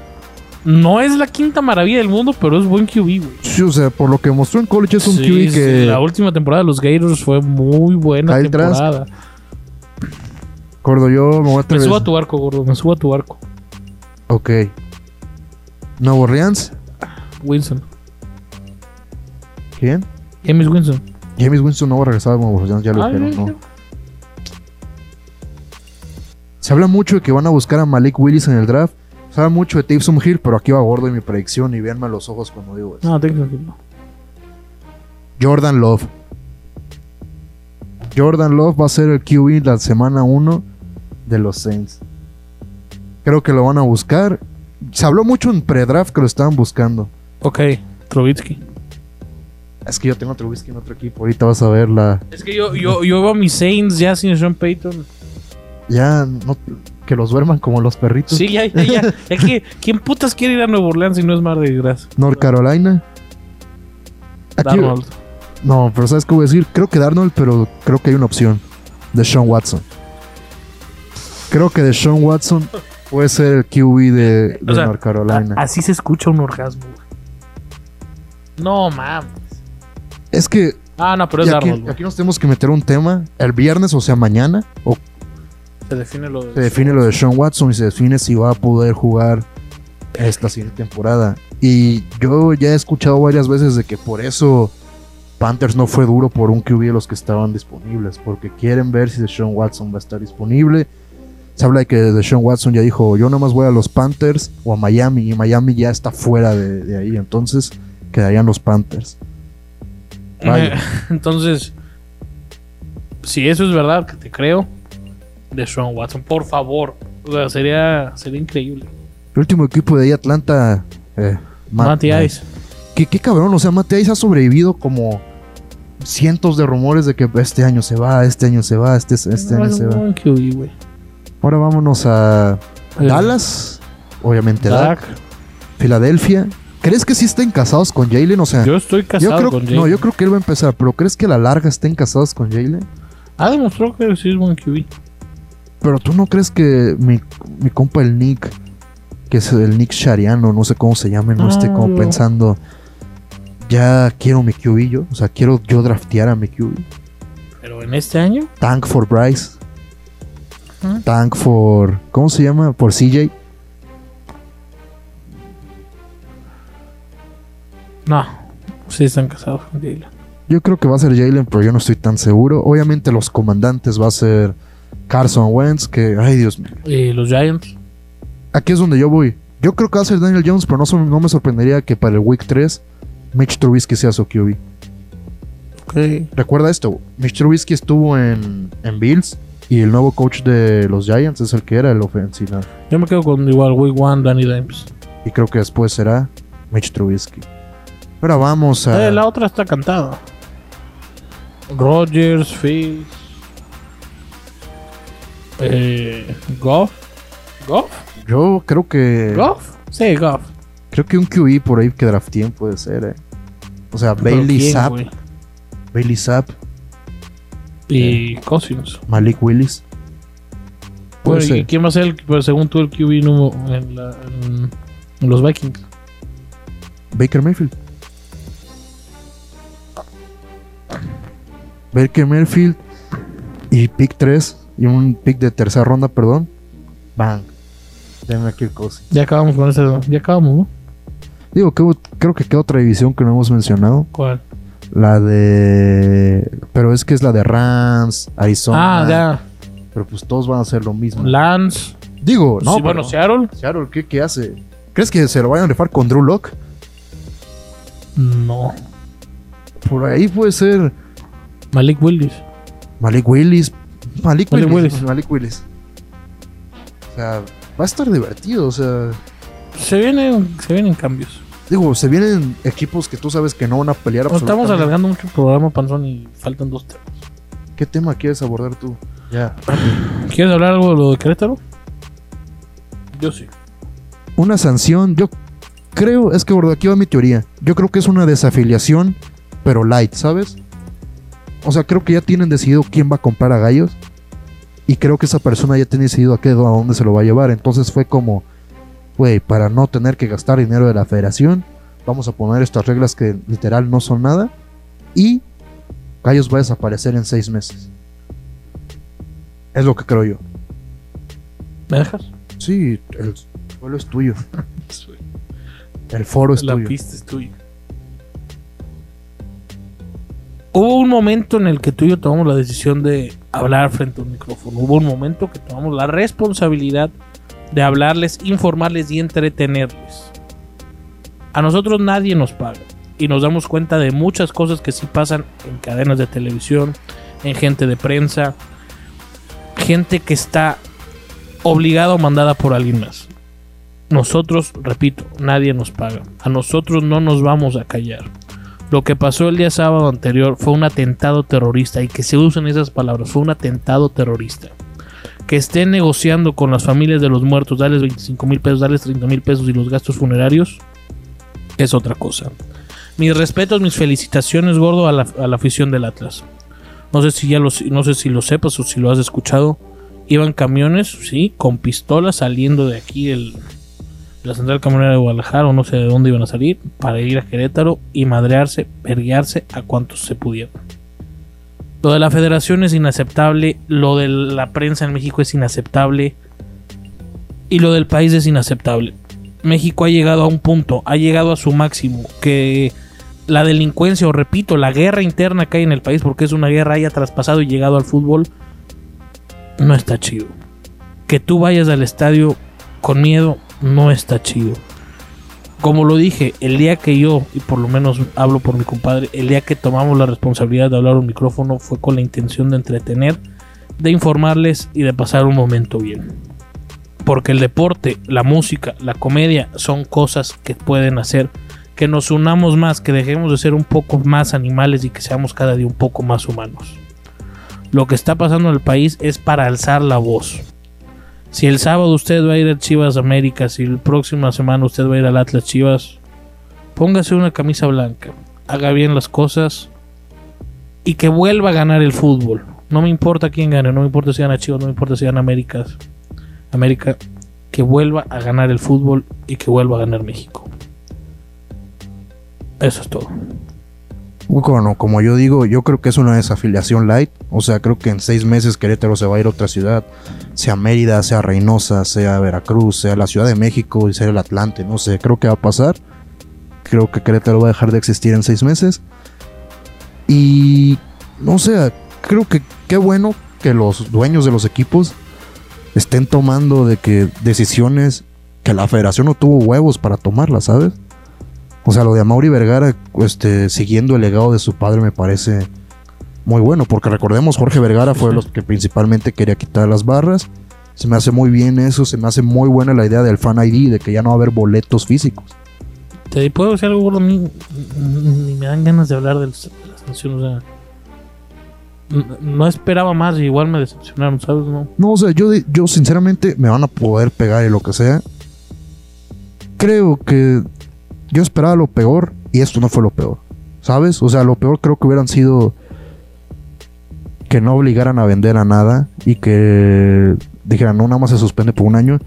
[SPEAKER 2] no es la quinta maravilla del mundo, pero es buen QB, güey.
[SPEAKER 1] Sí, o sea, por lo que mostró en college es un
[SPEAKER 2] Sí,
[SPEAKER 1] QB
[SPEAKER 2] sí,
[SPEAKER 1] que.
[SPEAKER 2] La última temporada de los Gators fue muy buena
[SPEAKER 1] Kyle Trask.
[SPEAKER 2] temporada.
[SPEAKER 1] Gordo, yo me voy a
[SPEAKER 2] Me
[SPEAKER 1] atrever.
[SPEAKER 2] subo a tu barco, gordo. Me subo a tu barco.
[SPEAKER 1] Ok. Nuevo Orleans.
[SPEAKER 2] Winston.
[SPEAKER 1] ¿Quién?
[SPEAKER 2] James Winston.
[SPEAKER 1] James Winston no va a regresar a Nuevo Orleans, ya lo
[SPEAKER 2] Ah,
[SPEAKER 1] dijeron,
[SPEAKER 2] ya,
[SPEAKER 1] ¿no?
[SPEAKER 2] ya.
[SPEAKER 1] Se habla mucho de que van a buscar a Malik Willis en el draft. Se habla mucho de Taysom Hill, pero aquí va gordo en mi predicción y véanme a los ojos cuando digo eso.
[SPEAKER 2] No, tengo que no.
[SPEAKER 1] Jordan Love. Jordan Love va a ser el QB la semana 1 de los Saints. Creo que lo van a buscar. Se habló mucho en pre-draft que lo estaban buscando.
[SPEAKER 2] Ok, Trubitsky.
[SPEAKER 1] Es que yo tengo a Trubisky en otro equipo. Ahorita vas a ver la.
[SPEAKER 2] Es que yo, yo, yo veo a mis Saints ya sin Sean Payton.
[SPEAKER 1] Ya, no- que los duerman como los perritos.
[SPEAKER 2] Sí, ya, ya, ya. Es que, ¿quién putas quiere ir a Nueva Orleans si no es Mardi Gras?
[SPEAKER 1] North Carolina. Aquí,
[SPEAKER 2] Darnold.
[SPEAKER 1] no, pero ¿sabes qué voy a decir? Creo que Darnold, pero creo que hay una opción. De Sean Watson. Creo que de Sean Watson puede ser el QB de, de
[SPEAKER 2] O sea,
[SPEAKER 1] North Carolina.
[SPEAKER 2] A- así se escucha un orgasmo, güey. No, mames.
[SPEAKER 1] es que
[SPEAKER 2] Ah, no, pero es
[SPEAKER 1] y aquí,
[SPEAKER 2] Darnold, güey.
[SPEAKER 1] aquí nos tenemos que meter un tema. El viernes, o sea, mañana, o
[SPEAKER 2] Se define lo de...
[SPEAKER 1] se define lo de Sean Watson y se define si va a poder jugar esta siguiente temporada. Y yo ya he escuchado varias veces de que por eso Panthers no fue duro por un QB de los que estaban disponibles, porque quieren ver si Sean Watson va a estar disponible. Se habla de que Deshaun Watson ya dijo, yo nomás voy a los Panthers o a Miami, y Miami ya está fuera de, de ahí, entonces quedarían los Panthers. Vaya.
[SPEAKER 2] Eh, Entonces, si eso es verdad, que te creo, de Sean Watson, por favor. O sea, sería, sería increíble.
[SPEAKER 1] El último equipo de ahí, Atlanta, eh, Matt
[SPEAKER 2] Matty
[SPEAKER 1] Ice.
[SPEAKER 2] Ice.
[SPEAKER 1] ¿Qué, qué cabrón, o sea, Matei ha sobrevivido como cientos de rumores de que este año se va, este año se va, este, este año se va.
[SPEAKER 2] Un QB, güey.
[SPEAKER 1] Ahora vámonos a Dallas, obviamente Dak,
[SPEAKER 2] Eh, Dak.
[SPEAKER 1] Filadelfia. ¿Crees que sí estén casados con Jalen? O sea,
[SPEAKER 2] Yo estoy
[SPEAKER 1] yo
[SPEAKER 2] casado
[SPEAKER 1] creo,
[SPEAKER 2] con Jake.
[SPEAKER 1] no, yo creo que él va a empezar, pero ¿crees que a la larga estén casados con Jalen?
[SPEAKER 2] Ha demostrado Ah, que sí es buen QB.
[SPEAKER 1] Pero tú no crees que mi, mi compa el Nick, que es el Nick Shariano, no sé cómo se llame, no
[SPEAKER 2] Ah,
[SPEAKER 1] esté como
[SPEAKER 2] lo-
[SPEAKER 1] pensando, ya quiero mi QB yo, o sea, quiero yo draftear a mi QB.
[SPEAKER 2] Pero en este año,
[SPEAKER 1] Tank for Bryce.
[SPEAKER 2] Ujú.
[SPEAKER 1] Tank for. ¿Cómo se llama? Por CJ.
[SPEAKER 2] no. Sí están casados con Jalen.
[SPEAKER 1] Yo creo que va a ser Jalen, pero yo no estoy tan seguro. Obviamente, los comandantes va a ser Carson Wentz, que. Ay, Dios mío.
[SPEAKER 2] Y eh, los Giants.
[SPEAKER 1] Aquí es donde yo voy. Yo creo que va a ser Daniel Jones, pero no, so- no me sorprendería que para el Week 3 Mitch Trubisky sea su QB.
[SPEAKER 2] Ok.
[SPEAKER 1] Recuerda esto: Mitch Trubisky estuvo en, en Bills y el nuevo coach de los Giants es el que era el ofensivo.
[SPEAKER 2] Yo me quedo con igual Week One, Danny Dimes.
[SPEAKER 1] Y creo que después será Mitch Trubisky. Ahora vamos a.
[SPEAKER 2] Eh, la otra está cantada. Rogers, Fields. Eh, Goff. Goff.
[SPEAKER 1] Yo creo que.
[SPEAKER 2] Goff. Sí, Goff.
[SPEAKER 1] Creo que un QB por ahí que drafteen puede ser, eh. O sea,
[SPEAKER 2] ¿Pero
[SPEAKER 1] Bailey
[SPEAKER 2] quién,
[SPEAKER 1] Zapp,
[SPEAKER 2] güey?
[SPEAKER 1] Bailey Zapp,
[SPEAKER 2] Y Cousins.
[SPEAKER 1] Malik Willis. Puede
[SPEAKER 2] Bueno, ¿y
[SPEAKER 1] ser.
[SPEAKER 2] ¿Quién va a ser, el, pues, según tú, el QB número en, la- en- en los Vikings?
[SPEAKER 1] Baker Mayfield. Baker Mayfield y pick 3 y un pick de tercera ronda, perdón. Bang. Denme aquí el Cousins.
[SPEAKER 2] Ya acabamos con esa. Ya acabamos, ¿no?
[SPEAKER 1] Digo, que hubo- creo que queda otra división que no hemos mencionado.
[SPEAKER 2] ¿Cuál?
[SPEAKER 1] La de. Pero es que es la de Rams, Arizona.
[SPEAKER 2] ah, ya.
[SPEAKER 1] Pero pues todos van a hacer lo mismo.
[SPEAKER 2] Lance.
[SPEAKER 1] Digo, no,
[SPEAKER 2] Pues sí, bueno,
[SPEAKER 1] Pues pero-
[SPEAKER 2] Seattle.
[SPEAKER 1] Seattle, ¿qué, qué hace? ¿Crees que se lo vayan a rifar con Drew Lock?
[SPEAKER 2] No.
[SPEAKER 1] Por ahí puede ser
[SPEAKER 2] Malik Willis.
[SPEAKER 1] Malik Willis. Malik,
[SPEAKER 2] Malik
[SPEAKER 1] Willis.
[SPEAKER 2] Willis.
[SPEAKER 1] Malik Willis. O sea, va a estar divertido. O sea,
[SPEAKER 2] Se vienen, se vienen cambios.
[SPEAKER 1] digo, se vienen equipos que tú sabes que no van a pelear
[SPEAKER 2] Nos estamos
[SPEAKER 1] absolutamente.
[SPEAKER 2] alargando mucho el programa, Panzón, y faltan dos temas.
[SPEAKER 1] ¿Qué tema quieres abordar tú? Ya.
[SPEAKER 2] ¿Quieres hablar algo de lo de Querétaro? Yo sí.
[SPEAKER 1] Una sanción, yo creo, es que gordo, aquí va mi teoría. Yo creo que es una desafiliación, pero light, ¿sabes? O sea, creo que ya tienen decidido quién va a comprar a Gallos. Y creo que esa persona ya tiene decidido a qué, a dónde se lo va a llevar. Entonces fue como, güey, para no tener que gastar dinero de la federación, vamos a poner estas reglas que literal no son nada. Y Gallos va a desaparecer en seis meses. Es lo que creo yo.
[SPEAKER 2] ¿Me dejas?
[SPEAKER 1] Sí, el suelo es tuyo. El foro es
[SPEAKER 2] La
[SPEAKER 1] tuyo.
[SPEAKER 2] pista es tuya. Hubo un momento en el que tú y yo tomamos la decisión de hablar frente a un micrófono. Hubo un momento que tomamos la responsabilidad de hablarles, informarles y entretenerles. A nosotros nadie nos paga y nos damos cuenta de muchas cosas que sí pasan en cadenas de televisión, en gente de prensa, gente que está obligada o mandada por alguien más. Nosotros, repito, nadie nos paga. A nosotros no nos vamos a callar. Lo que pasó el día sábado anterior fue un atentado terrorista y que se usen esas palabras, fue un atentado terrorista. Que estén negociando con las familias de los muertos, darles 25 mil pesos, darles 30 mil pesos y los gastos funerarios, es otra cosa. Mis respetos, mis felicitaciones, gordo, a la, a la afición del Atlas. No sé si ya lo, no sé si lo sepas o si lo has escuchado. Iban camiones, sí, con pistolas saliendo de aquí del, la central camionera de Guadalajara o no sé de dónde iban a salir para ir a Querétaro y madrearse, perguearse a cuantos se pudieran. Lo de la federación es inaceptable, lo de la prensa en México es inaceptable y lo del país es inaceptable. México ha llegado a un punto, ha llegado a su máximo, que la delincuencia, o repito, la guerra interna que hay en el país, porque es una guerra, haya traspasado y llegado al fútbol, no está chido. Que tú vayas al estadio con miedo no está chido. Como lo dije, el día que yo, y por lo menos hablo por mi compadre, el día que tomamos la responsabilidad de hablar a un micrófono fue con la intención de entretener, de informarles y de pasar un momento bien. Porque el deporte, la música, la comedia son cosas que pueden hacer que nos unamos más, que dejemos de ser un poco más animales y que seamos cada día un poco más humanos. Lo que está pasando en el país es para alzar la voz. Si el sábado usted va a ir a Chivas América, si la próxima semana usted va a ir al Atlas Chivas, póngase una camisa blanca, haga bien las cosas y que vuelva a ganar el fútbol. No me importa quién gane, no me importa si gana Chivas, no me importa si gana América, América, que vuelva a ganar el fútbol y que vuelva a ganar México. Eso es todo.
[SPEAKER 1] Bueno, como yo digo, yo creo que es una desafiliación light. O sea, creo que en seis meses Querétaro se va a ir a otra ciudad, sea Mérida, sea Reynosa, sea Veracruz, sea la Ciudad de México y sea el Atlante. No sé, creo que va a pasar. Creo que Querétaro va a dejar de existir en seis meses. Y no sé, creo que qué bueno que los dueños de los equipos estén tomando de que decisiones que la federación no tuvo huevos para tomarlas, ¿sabes? O sea, lo de Amaury Vergara, este, siguiendo el legado de su padre, me parece muy bueno, porque recordemos, Jorge Vergara fue
[SPEAKER 2] Sí.
[SPEAKER 1] los que principalmente quería quitar las barras. Se me hace muy bien eso, se me hace muy buena la idea del fan ID, de que ya no va a haber boletos físicos.
[SPEAKER 2] Te puedo decir algo, gordo, ni, ni me dan ganas de hablar de las, de las canciones. o sea, n- no esperaba más y igual me decepcionaron, ¿sabes? No.
[SPEAKER 1] No, o sea, yo, de- yo sinceramente me van a poder pegar y lo que sea. Creo que yo esperaba lo peor y esto no fue lo peor. ¿Sabes? O sea, lo peor creo que hubieran sido que no obligaran a vender a nada y que dijeran, no, nada más se suspende por un año.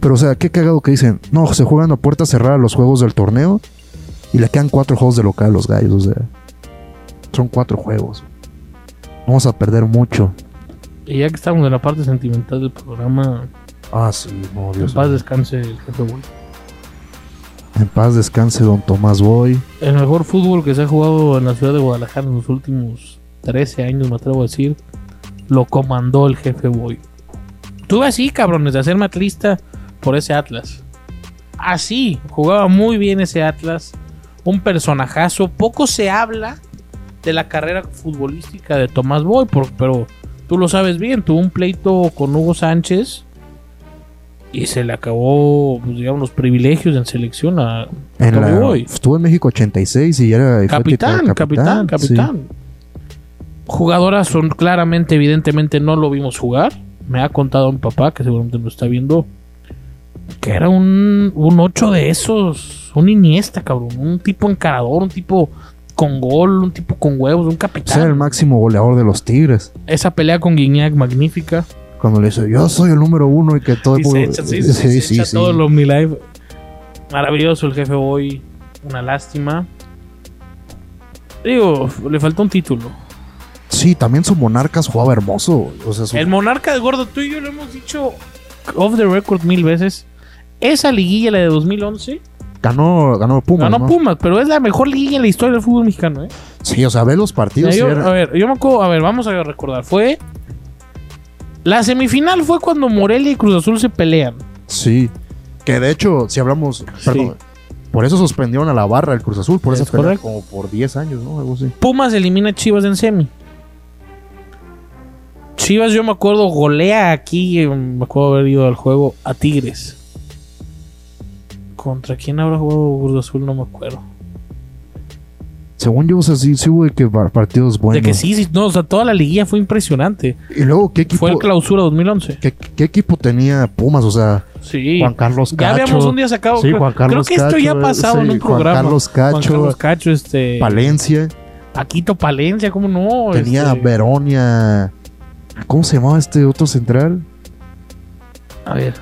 [SPEAKER 1] Pero, o sea, qué cagado que dicen, no, se juegan a puerta cerrada los juegos del torneo y le quedan cuatro juegos de local a los gallos. O sea, son cuatro juegos. Vamos a perder mucho.
[SPEAKER 2] Y ya que estamos en la parte sentimental del programa,
[SPEAKER 1] Ah, sí, no,
[SPEAKER 2] en
[SPEAKER 1] Dios
[SPEAKER 2] paz
[SPEAKER 1] mío.
[SPEAKER 2] descanse el jefe Boy.
[SPEAKER 1] En paz descanse don Tomás Boy.
[SPEAKER 2] El mejor fútbol que se ha jugado en la ciudad de Guadalajara en los últimos 13 años, me atrevo a decir, lo comandó el jefe Boy. Tuve así, cabrones, de hacerme atlista por ese Atlas. Así, jugaba muy bien ese Atlas. Un personajazo. Poco se habla de la carrera futbolística de Tomás Boy, por- pero tú lo sabes bien. Tuvo un pleito con Hugo Sánchez y se le acabó, pues, digamos, los privilegios en selección a, a
[SPEAKER 1] En
[SPEAKER 2] Tommy
[SPEAKER 1] la-
[SPEAKER 2] Boy.
[SPEAKER 1] estuvo en México 86 y era y fue
[SPEAKER 2] Capitán,
[SPEAKER 1] titular-
[SPEAKER 2] capitán, capitán,
[SPEAKER 1] sí.
[SPEAKER 2] Jugadoras son claramente, evidentemente no lo vimos jugar. Me ha contado mi papá, que seguramente lo está viendo, que era un, un 8 de esos, un Iniesta, cabrón. Un tipo encarador, un tipo con gol, un tipo con huevos, un
[SPEAKER 1] Pues era
[SPEAKER 2] capitán.
[SPEAKER 1] el máximo goleador de los Tigres.
[SPEAKER 2] Esa pelea con Guiñac, magnífica.
[SPEAKER 1] Cuando le dice, yo soy el número uno y que todo el
[SPEAKER 2] Y se
[SPEAKER 1] mundo-
[SPEAKER 2] echa, sí, sí, se
[SPEAKER 1] sí,
[SPEAKER 2] echa
[SPEAKER 1] sí.
[SPEAKER 2] todo el OmniLife. Maravilloso el jefe Boy. Una lástima. Digo, le faltó un título.
[SPEAKER 1] Sí, también su Monarcas jugaba hermoso. O sea, su-
[SPEAKER 2] El monarca de gordo, tú y yo lo hemos dicho off the record mil veces. Esa liguilla, la de 2011,
[SPEAKER 1] Ganó, ganó Pumas.
[SPEAKER 2] ganó
[SPEAKER 1] ¿no?
[SPEAKER 2] Pumas, pero es la mejor liguilla en la historia del fútbol mexicano, ¿eh?
[SPEAKER 1] Sí, o sea, ve los partidos.
[SPEAKER 2] Mira,
[SPEAKER 1] y
[SPEAKER 2] yo-
[SPEAKER 1] era-
[SPEAKER 2] a ver, yo me acuerdo, a ver, vamos a recordar. Fue. La semifinal fue cuando Morelia y Cruz Azul se pelean.
[SPEAKER 1] Sí. Que de hecho, si hablamos. Perdón. Por eso suspendieron a la barra el Cruz Azul, por
[SPEAKER 2] Es
[SPEAKER 1] esa pelea,
[SPEAKER 2] correcto.
[SPEAKER 1] como por 10 años, ¿no? Algo así.
[SPEAKER 2] Pumas elimina a Chivas en semi. Chivas, yo me acuerdo, golea aquí. eh, Me acuerdo haber ido al juego a Tigres. ¿Contra quién habrá jugado Cruz Azul? No me acuerdo.
[SPEAKER 1] Según yo, o sea, sí, sí hubo de que par- partidos buenos.
[SPEAKER 2] De que sí, sí, no, o sea, toda la liguilla fue impresionante.
[SPEAKER 1] Y luego, ¿qué equipo,
[SPEAKER 2] Fue el clausura 2011.
[SPEAKER 1] qué, qué equipo tenía Pumas? O sea,
[SPEAKER 2] Sí.
[SPEAKER 1] Juan Carlos Cacho.
[SPEAKER 2] Ya habíamos un día sacado.
[SPEAKER 1] Sí,
[SPEAKER 2] creo,
[SPEAKER 1] Juan
[SPEAKER 2] creo
[SPEAKER 1] Carlos
[SPEAKER 2] que esto ya ha
[SPEAKER 1] Cacho,
[SPEAKER 2] pasado en
[SPEAKER 1] sí,
[SPEAKER 2] un
[SPEAKER 1] Juan
[SPEAKER 2] programa.
[SPEAKER 1] Carlos
[SPEAKER 2] Juan
[SPEAKER 1] Cacho,
[SPEAKER 2] Carlos Cacho, este.
[SPEAKER 1] Palencia.
[SPEAKER 2] Paquito Palencia, ¿cómo no?
[SPEAKER 1] tenía
[SPEAKER 2] Este,
[SPEAKER 1] Veronia. ¿Cómo se llamaba este otro central?
[SPEAKER 2] A ver.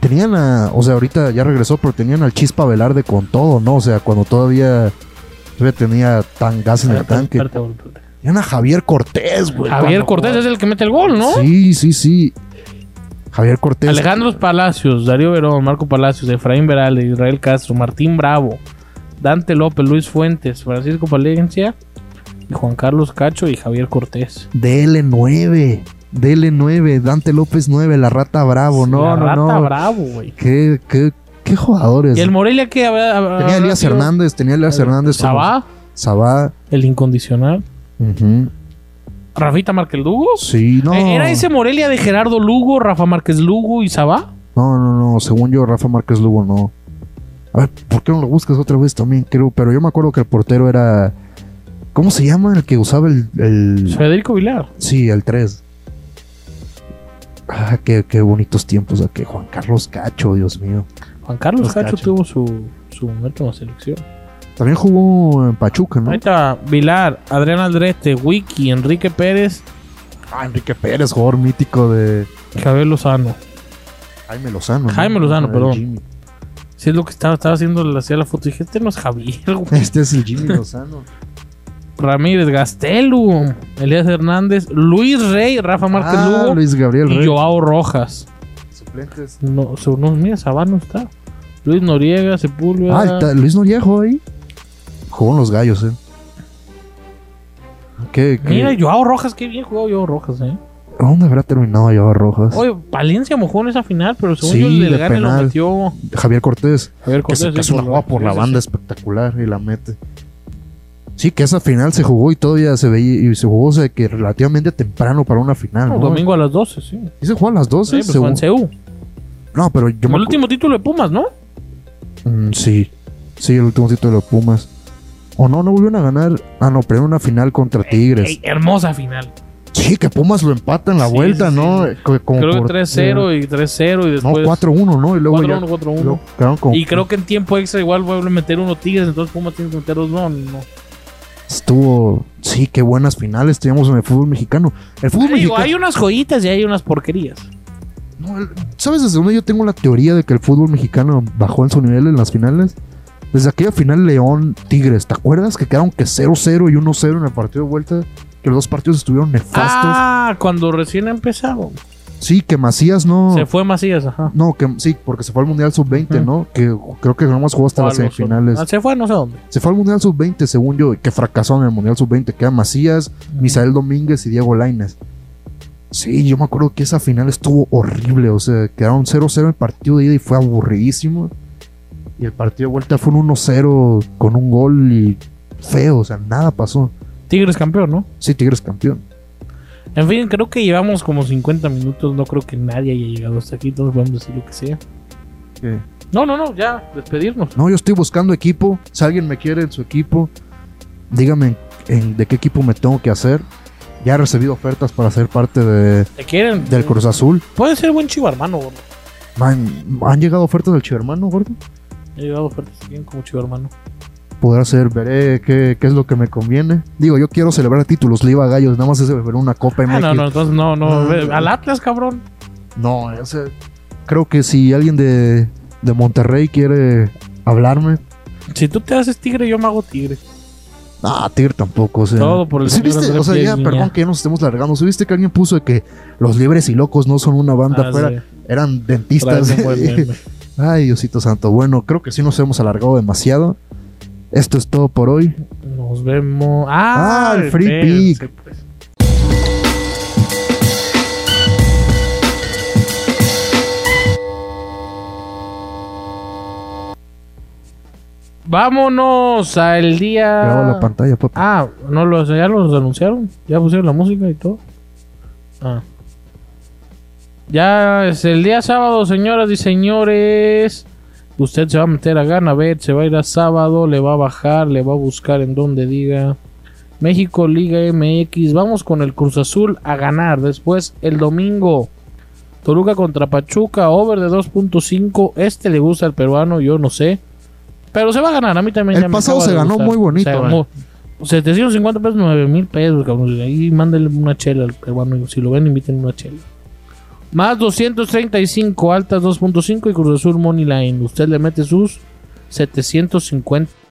[SPEAKER 1] Tenían a. O sea, ahorita ya regresó, pero tenían al Chispa Velarde con todo, ¿no? O sea, cuando todavía. Todavía tenía tan gas en el
[SPEAKER 2] espérate,
[SPEAKER 1] tanque.
[SPEAKER 2] espérate, espérate.
[SPEAKER 1] Tenían a Javier Cortés, güey.
[SPEAKER 2] Javier
[SPEAKER 1] cuando
[SPEAKER 2] Cortés es el que mete el gol, ¿no?
[SPEAKER 1] Sí, sí, sí. Javier Cortés.
[SPEAKER 2] Alejandro Palacios, Darío Verón, Marco Palacios, Efraín Veralde, Israel Castro, Martín Bravo, Dante López, Luis Fuentes, Francisco Palencia, y Juan Carlos Cacho y Javier Cortés.
[SPEAKER 1] DL9. DL9. Dante López 9. La Rata Bravo. Oh, No,
[SPEAKER 2] La
[SPEAKER 1] no,
[SPEAKER 2] rata
[SPEAKER 1] no.
[SPEAKER 2] Bravo, güey.
[SPEAKER 1] Qué, qué, qué jugadores.
[SPEAKER 2] Y el Morelia que habrá- habrá-
[SPEAKER 1] Tenía a Elías
[SPEAKER 2] habrá sido?
[SPEAKER 1] Hernández. Tenía a Elías Hernández. como-
[SPEAKER 2] Sabá,
[SPEAKER 1] Sabá.
[SPEAKER 2] el incondicional.
[SPEAKER 1] ujú.
[SPEAKER 2] Rafita Márquez Lugo.
[SPEAKER 1] Sí, no.
[SPEAKER 2] Eh, ¿Era ese Morelia de Gerardo Lugo, Rafa Márquez Lugo y Sabá?
[SPEAKER 1] No, no, no. Según yo, Rafa Márquez Lugo no. A ver, ¿por qué no lo buscas otra vez también? Creo, pero yo me acuerdo que el portero era. ¿Cómo se llama el que usaba el. el-
[SPEAKER 2] Federico Vilar.
[SPEAKER 1] sí, el 3. Ah, qué, qué bonitos tiempos aquí. Juan Carlos Cacho, Dios mío.
[SPEAKER 2] Juan Carlos
[SPEAKER 1] Los
[SPEAKER 2] Cacho,
[SPEAKER 1] Cacho.
[SPEAKER 2] tuvo su, su momento en la selección.
[SPEAKER 1] También jugó en Pachuca, ¿no?
[SPEAKER 2] Ahí está Vilar, Adrián Aldrete, Wiki, Enrique Pérez,
[SPEAKER 1] Ah, Enrique Pérez, jugador mítico de
[SPEAKER 2] Javier Lozano.
[SPEAKER 1] Jaime Lozano. ¿no? Ah,
[SPEAKER 2] Jaime Lozano,
[SPEAKER 1] El
[SPEAKER 2] perdón.
[SPEAKER 1] Jimmy.
[SPEAKER 2] Si es lo que estaba, estaba haciendo, le hacía la foto. Dije, este no es Javier, güey.
[SPEAKER 1] Este es el Jimmy Lozano.
[SPEAKER 2] Ramírez, Gastelu, Elías Hernández, Luis Rey, Rafa Márquez
[SPEAKER 1] Ah,
[SPEAKER 2] Lugo
[SPEAKER 1] Luis Gabriel
[SPEAKER 2] y
[SPEAKER 1] Rey.
[SPEAKER 2] Joao Rojas.
[SPEAKER 1] Suplentes.
[SPEAKER 2] No, se- no, mira, Sabá no está. Luis Noriega, Sepúlveda.
[SPEAKER 1] Ah, está Luis Noriega jugó ahí. Jugó en los gallos, eh. ¿Qué, qué-
[SPEAKER 2] Mira, Joao Rojas, qué bien jugado Joao Rojas, eh.
[SPEAKER 1] ¿Dónde habrá terminado yo Rojas?
[SPEAKER 2] Oye, Valencia mojó en esa final, pero según
[SPEAKER 1] Pues Sí,
[SPEAKER 2] yo el del
[SPEAKER 1] de
[SPEAKER 2] Gane lo
[SPEAKER 1] penal.
[SPEAKER 2] metió.
[SPEAKER 1] Javier Cortés.
[SPEAKER 2] Javier
[SPEAKER 1] Que
[SPEAKER 2] Cortés,
[SPEAKER 1] se que
[SPEAKER 2] sí,
[SPEAKER 1] es una
[SPEAKER 2] por-
[SPEAKER 1] jugada por la
[SPEAKER 2] sí, sí,
[SPEAKER 1] banda espectacular y la mete. Sí, que esa final se jugó y todavía se veía y se jugó o sea, que relativamente temprano para una final.
[SPEAKER 2] No,
[SPEAKER 1] ¿no?
[SPEAKER 2] domingo a las 12, sí.
[SPEAKER 1] Y se jugó a las 12.
[SPEAKER 2] Sí, pues fue en
[SPEAKER 1] según-
[SPEAKER 2] CU.
[SPEAKER 1] No, pero yo
[SPEAKER 2] Como
[SPEAKER 1] me
[SPEAKER 2] el
[SPEAKER 1] acu-
[SPEAKER 2] último título de Pumas, ¿no?
[SPEAKER 1] Mm, sí, sí, el último título de los Pumas. O no, no volvieron a ganar. Ah, no, pero en una final contra Tigres.
[SPEAKER 2] Ey, hermosa final.
[SPEAKER 1] Sí, que Pumas lo empata en la
[SPEAKER 2] Sí,
[SPEAKER 1] vuelta,
[SPEAKER 2] sí,
[SPEAKER 1] ¿no? Co- como
[SPEAKER 2] Creo
[SPEAKER 1] por-
[SPEAKER 2] que 3-0 y 3-0 y
[SPEAKER 1] eh. No,
[SPEAKER 2] después
[SPEAKER 1] 4-1, ¿no? Y luego ya.
[SPEAKER 2] 4-1, 4-1.
[SPEAKER 1] luego quedaron como-
[SPEAKER 2] Y creo que en tiempo extra igual vuelve a meter uno Tigres, entonces Pumas tiene que meter dos. No, no.
[SPEAKER 1] Estuvo. Sí, qué buenas finales teníamos en el fútbol mexicano. El fútbol
[SPEAKER 2] Digo,
[SPEAKER 1] mexicano.
[SPEAKER 2] hay unas joyitas y hay unas porquerías.
[SPEAKER 1] No, el- ¿Sabes desde dónde yo tengo la teoría de que el fútbol mexicano bajó en su nivel en las finales? Desde aquella final León-Tigres. ¿Te acuerdas que quedaron que 0-0 y 1-0 en el partido de vuelta? Que los dos partidos estuvieron nefastos.
[SPEAKER 2] Ah, cuando recién empezaba.
[SPEAKER 1] Sí, que Macías no. Ah.
[SPEAKER 2] Se fue Macías, ajá.
[SPEAKER 1] No, que sí, porque se fue al Mundial Sub-20,
[SPEAKER 2] Ujú.
[SPEAKER 1] ¿no? Que creo que nomás jugó hasta
[SPEAKER 2] O
[SPEAKER 1] las
[SPEAKER 2] algo,
[SPEAKER 1] semifinales.
[SPEAKER 2] ah, se fue, no sé a dónde.
[SPEAKER 1] Se fue al Mundial Sub-20, según yo, que fracasó en el Mundial Sub-20. Quedan Macías, Misael Domínguez y Diego Laines. Sí, yo me acuerdo que esa final estuvo horrible. O sea, quedaron 0-0 el partido de ida y fue aburridísimo. Y el partido de vuelta fue un 1-0 con un gol y feo. O sea, nada pasó.
[SPEAKER 2] Tigres campeón, ¿no?
[SPEAKER 1] Sí, Tigres campeón.
[SPEAKER 2] En fin, creo que llevamos como 50 minutos. No creo que nadie haya llegado hasta aquí. Todos podemos decir lo que sea. No, no, no, ya, despedirnos.
[SPEAKER 1] No, yo estoy buscando equipo. Si alguien me quiere en su equipo, dígame en- en de qué equipo me tengo que hacer. Ya he recibido ofertas para ser parte de-
[SPEAKER 2] ¿Te quieren?
[SPEAKER 1] del Cruz Azul.
[SPEAKER 2] Puede ser buen chivo hermano, gordo.
[SPEAKER 1] Man, ¿Han llegado ofertas del Chivermano, gordo?
[SPEAKER 2] He llegado ofertas que tienen como chivo hermano.
[SPEAKER 1] Podrá ser, veré qué, qué es lo que me conviene. Digo, yo quiero celebrar títulos, le iba a Gallos, nada más es celebrar una Copa MX.
[SPEAKER 2] Ah, no, no,
[SPEAKER 1] no,
[SPEAKER 2] entonces no, no.
[SPEAKER 1] No,
[SPEAKER 2] ve-
[SPEAKER 1] no.
[SPEAKER 2] Al Atlas, cabrón.
[SPEAKER 1] o sea, creo que si alguien de, de Monterrey quiere hablarme,
[SPEAKER 2] Si tú te haces tigre, yo me hago tigre.
[SPEAKER 1] ah, Tigre tampoco, o sea.
[SPEAKER 2] Todo por el
[SPEAKER 1] ¿Sí
[SPEAKER 2] señor
[SPEAKER 1] viste?
[SPEAKER 2] Andrés
[SPEAKER 1] O sea, ya,
[SPEAKER 2] Pierre
[SPEAKER 1] perdón
[SPEAKER 2] Guignac.
[SPEAKER 1] que ya nos estemos largando. ¿Sí viste que alguien puso de que los libres y locos no son una banda
[SPEAKER 2] Ah,
[SPEAKER 1] fuera?
[SPEAKER 2] sí.
[SPEAKER 1] Eran
[SPEAKER 2] Para
[SPEAKER 1] dentistas.
[SPEAKER 2] ver un buen meme.
[SPEAKER 1] Ay, Diosito Santo. Bueno, creo que sí nos hemos alargado demasiado. Esto es todo por hoy.
[SPEAKER 2] Nos vemos. Ah,
[SPEAKER 1] Ah, el free
[SPEAKER 2] espérense,
[SPEAKER 1] pick.
[SPEAKER 2] pues. Vámonos al
[SPEAKER 1] Graba
[SPEAKER 2] día.
[SPEAKER 1] la pantalla, papi.
[SPEAKER 2] Ah, no los, ya los anunciaron. Ya pusieron la música y todo. Ah. Ya es el día sábado, señoras y señores. Usted se va a meter a Ganabet, se va a ir a sábado, le va a bajar, le va a buscar en donde diga. México Liga MX, vamos con el Cruz Azul a ganar. Después el domingo, Toluca contra Pachuca, over de 2.5. Este le gusta al peruano, yo no sé. Pero se va a ganar, a mí también.
[SPEAKER 1] El
[SPEAKER 2] ya me
[SPEAKER 1] pasado
[SPEAKER 2] acaba
[SPEAKER 1] se
[SPEAKER 2] de
[SPEAKER 1] ganó
[SPEAKER 2] gustar.
[SPEAKER 1] muy bonito,
[SPEAKER 2] Se ganó 750 pesos, 9 mil pesos, cabrón. Ahí mándale una chela al peruano. Si lo ven, inviten una chela. Más 235, altas 2.5 y Cruz Azul Money Line. Usted le mete sus 750